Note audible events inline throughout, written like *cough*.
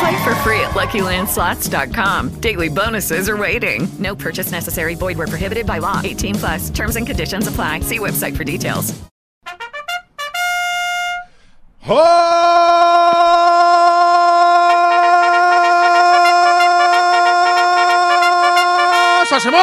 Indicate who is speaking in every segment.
Speaker 1: Play for free at LuckyLandSlots.com. Daily bonuses are waiting. No purchase necessary. Void where prohibited by law. 18 plus. Terms and conditions apply. See website for details.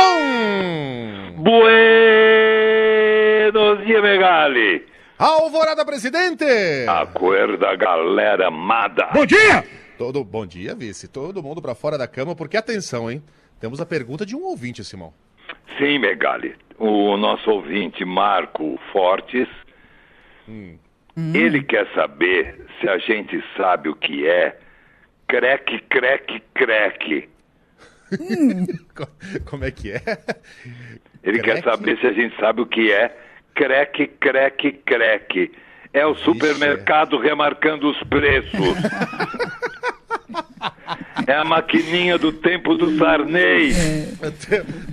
Speaker 2: Simão!
Speaker 3: Buenos Dievegali!
Speaker 2: Alvorada Presidente!
Speaker 3: Acorda, galera amada!
Speaker 2: Ah. Bom dia! Todo, bom dia, vice. Todo mundo pra fora da cama, porque atenção, hein? Temos a pergunta de um ouvinte, Simão. *laughs*
Speaker 3: Sim, Megali. O nosso ouvinte, Marco Fortes,
Speaker 2: Hum.
Speaker 3: ele quer saber se a gente sabe o que é creque, creque, creque.
Speaker 2: Co- Como é que é?
Speaker 3: Ele
Speaker 2: Creque?
Speaker 3: quer saber se a gente sabe o que é creque, creque, creque. É o supermercado remarcando os
Speaker 2: *laughs*
Speaker 3: preços. é a maquininha do tempo do Sarney.
Speaker 2: É.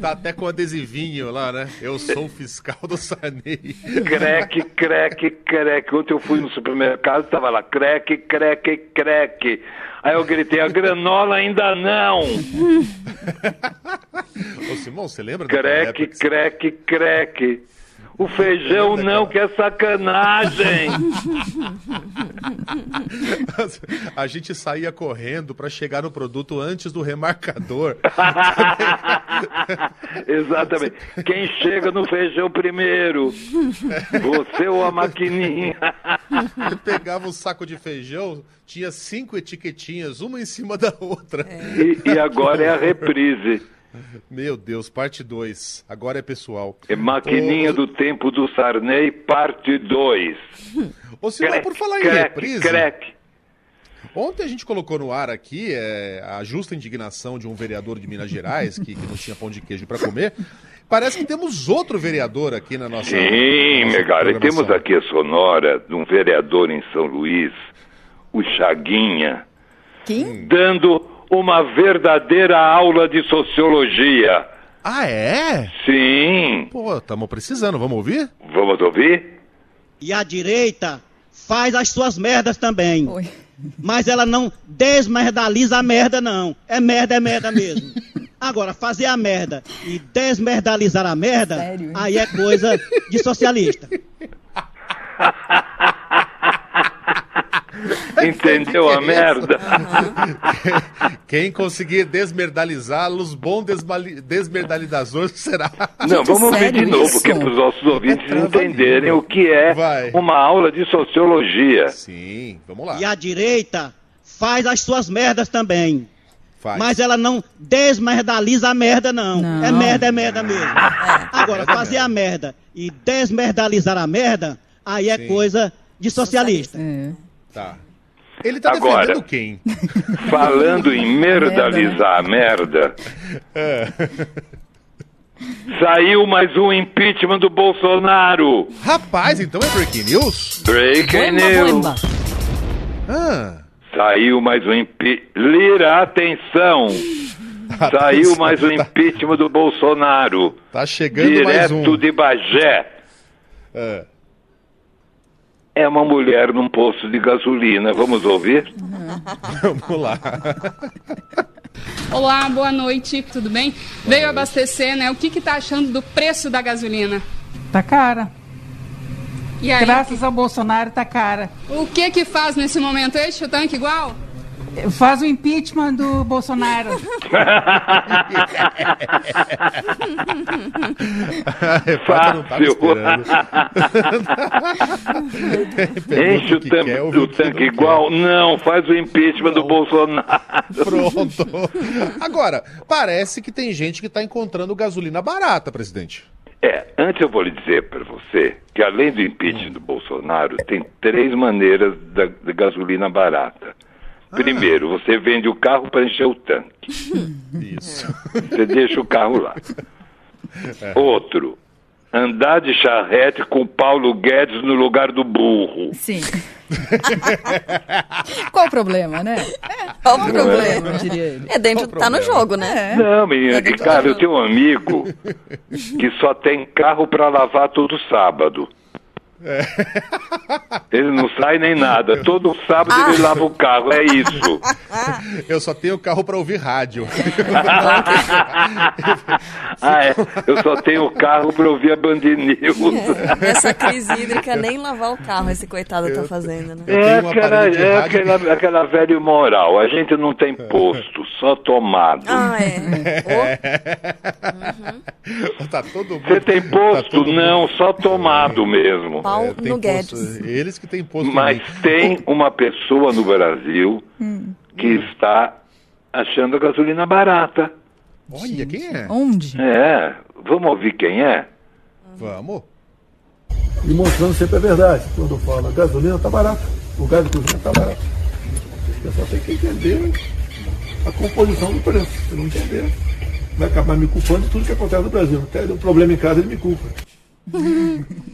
Speaker 2: Tá até com adesivinho lá, né? Eu sou o fiscal do Sanei.
Speaker 3: Creque, creque, creque. Ontem eu fui no supermercado, estava lá, creque, creque, creque. Aí eu gritei, a granola ainda
Speaker 2: *laughs*
Speaker 3: não.
Speaker 2: Ô, Simão, você lembra daquela
Speaker 3: Creque,
Speaker 2: época que É, você-
Speaker 3: creque, creque. O feijão não, que é sacanagem.
Speaker 2: *laughs* A gente saía correndo pra chegar no produto antes do remarcador.
Speaker 3: Exatamente. Quem chega no feijão primeiro? Você ou a maquininha?
Speaker 2: Você pegava um saco de feijão, tinha cinco etiquetinhas, uma em cima da outra.
Speaker 3: E, e agora é a reprise.
Speaker 2: Meu Deus, parte 2. Agora é pessoal.
Speaker 3: É maquininha
Speaker 2: Ô,
Speaker 3: do tempo do Sarney, parte 2.
Speaker 2: Ô, Simão, por falar em
Speaker 3: creque,
Speaker 2: reprise,
Speaker 3: creque.
Speaker 2: ontem a gente colocou no ar aqui é, a justa indignação de um vereador de Minas Gerais que, que não tinha pão de queijo pra comer. Parece que temos outro vereador aqui na nossa.
Speaker 3: Sim,
Speaker 2: na nossa
Speaker 3: Megara, e temos
Speaker 2: programação.
Speaker 3: aqui a sonora de um vereador em São Luís, o Chaguinha,
Speaker 4: Quem?
Speaker 3: dando uma verdadeira aula de sociologia.
Speaker 2: Ah, é?
Speaker 3: Sim,
Speaker 2: Pô, estamos precisando, vamos ouvir?
Speaker 3: vamos ouvir?
Speaker 5: E a direita faz as suas merdas também. Mas ela não desmerdaliza a merda, não. É merda, é merda mesmo. Agora, fazer a merda e desmerdalizar a merda, aí é coisa de socialista.
Speaker 3: Entendeu a
Speaker 2: *laughs*
Speaker 3: merda?
Speaker 2: Quem conseguir desmerdalizá-los, bom desmali- desmerdalizador será.
Speaker 3: Não, vamos ouvir de
Speaker 6: sério
Speaker 3: novo,
Speaker 6: isso?
Speaker 3: porque para os nossos ouvintes
Speaker 2: É trava
Speaker 3: entenderem
Speaker 2: língua.
Speaker 3: o que é
Speaker 2: Vai.
Speaker 3: uma aula de sociologia.
Speaker 2: Sim, vamos lá.
Speaker 5: E a direita faz as suas merdas também.
Speaker 2: Faz.
Speaker 5: Mas ela não desmerdaliza a merda, não.
Speaker 6: Não.
Speaker 5: É merda, é merda mesmo. Agora, fazer a merda e desmerdalizar a merda, aí é coisa de socialista.
Speaker 2: Tá. Ele tá
Speaker 3: Agora.
Speaker 2: defendendo quem?
Speaker 3: Falando
Speaker 2: *laughs*
Speaker 3: em merdalizar a merda.
Speaker 2: É.
Speaker 3: *laughs* Saiu mais um impeachment do Bolsonaro.
Speaker 2: Rapaz, então é breaking news?
Speaker 3: Breaking news.
Speaker 6: Bomba, bomba.
Speaker 2: Ah,
Speaker 3: Saiu mais um impeachment. Lira, atenção. Saiu mais um impeachment do Bolsonaro.
Speaker 2: tá chegando mais um.
Speaker 3: Direto de Bagé.
Speaker 2: Ah.
Speaker 3: É uma mulher num posto de gasolina. Vamos ouvir?
Speaker 2: Vamos lá.
Speaker 7: Olá, boa noite, tudo bem? Veio abastecer, né? O que que tá achando do preço da gasolina?
Speaker 6: Tá cara.
Speaker 7: E aí,
Speaker 6: ao Bolsonaro tá cara.
Speaker 7: o que que faz nesse momento? Enche o tanque igual?
Speaker 6: Faz o impeachment do Bolsonaro.
Speaker 2: Repata não tava
Speaker 3: Fácil.
Speaker 2: *laughs* esperando. Pergunta
Speaker 3: Enche o,
Speaker 2: que
Speaker 3: tam-
Speaker 2: quer, ouve
Speaker 3: o
Speaker 2: o que
Speaker 3: tanque igual. Não, faz o impeachment do Bolsonaro.
Speaker 2: Pronto. Agora, parece que tem gente que tá encontrando gasolina barata, presidente.
Speaker 3: É, antes eu vou lhe dizer para você que além do impeachment do Bolsonaro, tem três maneiras da, da gasolina barata. Ah. Primeiro, você vende o carro para encher o *laughs* tanque.
Speaker 2: Isso.
Speaker 3: Você deixa o carro lá.
Speaker 2: É.
Speaker 3: Outro, andar de charrete com Paulo Guedes no lugar do burro.
Speaker 8: Sim. Qual o problema, né?
Speaker 4: Qual o
Speaker 3: Não é.
Speaker 4: problema? É dentro,
Speaker 8: Qual o
Speaker 4: tá no
Speaker 8: problema?
Speaker 4: jogo, né?
Speaker 3: Não, menina, que cara, *laughs* eu tenho um amigo que só tem carro para lavar todo sábado. É. Ele não sai nem nada. Todo sábado ele lava o carro, é isso.
Speaker 2: Eu só tenho carro pra ouvir rádio. *laughs*
Speaker 3: ah, é. Eu só tenho carro para ouvir a Band
Speaker 4: É.
Speaker 3: News.
Speaker 4: Essa crise hídrica, nem lavar o carro esse coitado tá fazendo, né?
Speaker 3: É, aquela, é aquela, aquela velha moral. A gente não tem posto, só tomado.
Speaker 4: Ah, é.
Speaker 2: Tá todo mundo.
Speaker 3: Você tem posto? não, só tomado mesmo.
Speaker 4: Pau
Speaker 2: tem
Speaker 4: no Guedes.
Speaker 2: posto- Eles que têm posto.
Speaker 3: Mas tem uma pessoa no Brasil que está achando a gasolina barata.
Speaker 2: Olha, quem é?
Speaker 4: um-
Speaker 8: Onde?
Speaker 3: É, vamos ouvir quem é?
Speaker 2: Vamos.
Speaker 9: E mostrando sempre a verdade. Quando eu falo, a gasolina está barata, o gás de cozinha está barato. O pessoal tem que entender a composição do preço. Se não entender, vai acabar me culpando de tudo que acontece no Brasil. Até deu um problema em casa, ele me culpa.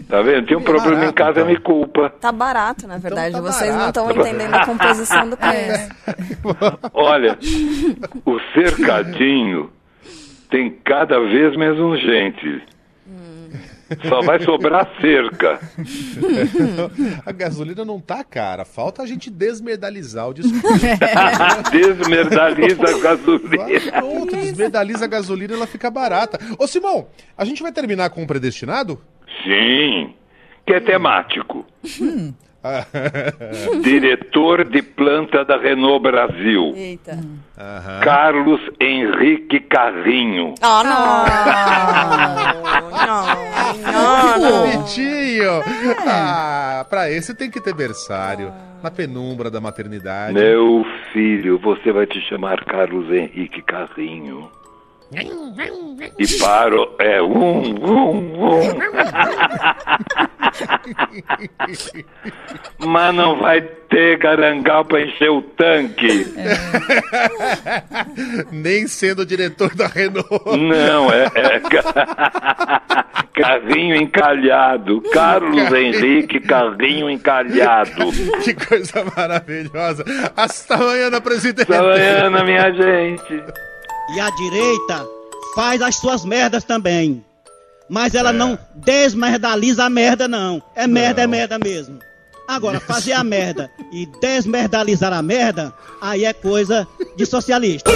Speaker 3: Tá vendo? Tem um problema em casa, me culpa.
Speaker 4: Tá barato, É. na verdade. Vocês não estão entendendo a composição do preço.
Speaker 3: Olha, o cercadinho tem cada vez menos gente. Só vai sobrar cerca.
Speaker 2: a gasolina não tá cara. Falta a gente desmedalizar o discurso.
Speaker 3: *laughs* Desmerdaliza a gasolina.
Speaker 2: Pronto, desmedaliza a gasolina ela fica barata. Ô, Simão, a gente vai terminar com o predestinado?
Speaker 3: Sim, que é temático.
Speaker 2: Ah,
Speaker 3: *laughs* Diretor de planta da Renault Brasil,
Speaker 4: Eita.
Speaker 3: Carlos Henrique Carrinho.
Speaker 4: Ah, não! não, não.
Speaker 2: bonitinho! Ah, pra esse tem que ter berçário. Na penumbra da maternidade.
Speaker 3: Meu filho, você vai te chamar Carlos Henrique Carrinho. E para o- é um, um, um. Mas não vai ter garangal para encher o tanque.
Speaker 2: Nem sendo diretor da Renault.
Speaker 3: Não, é, é ca- *laughs* carrinho encalhado. Carlos Henrique Carrinho encalhado.
Speaker 2: Que coisa maravilhosa. Hasta amanhã, presidente.
Speaker 3: Hasta amanhã, minha gente.
Speaker 5: E a direita faz as suas merdas também. Mas ela não desmerdaliza a merda, não. É merda, é merda mesmo. Agora, fazer a merda e desmerdalizar a merda, aí é coisa de socialista.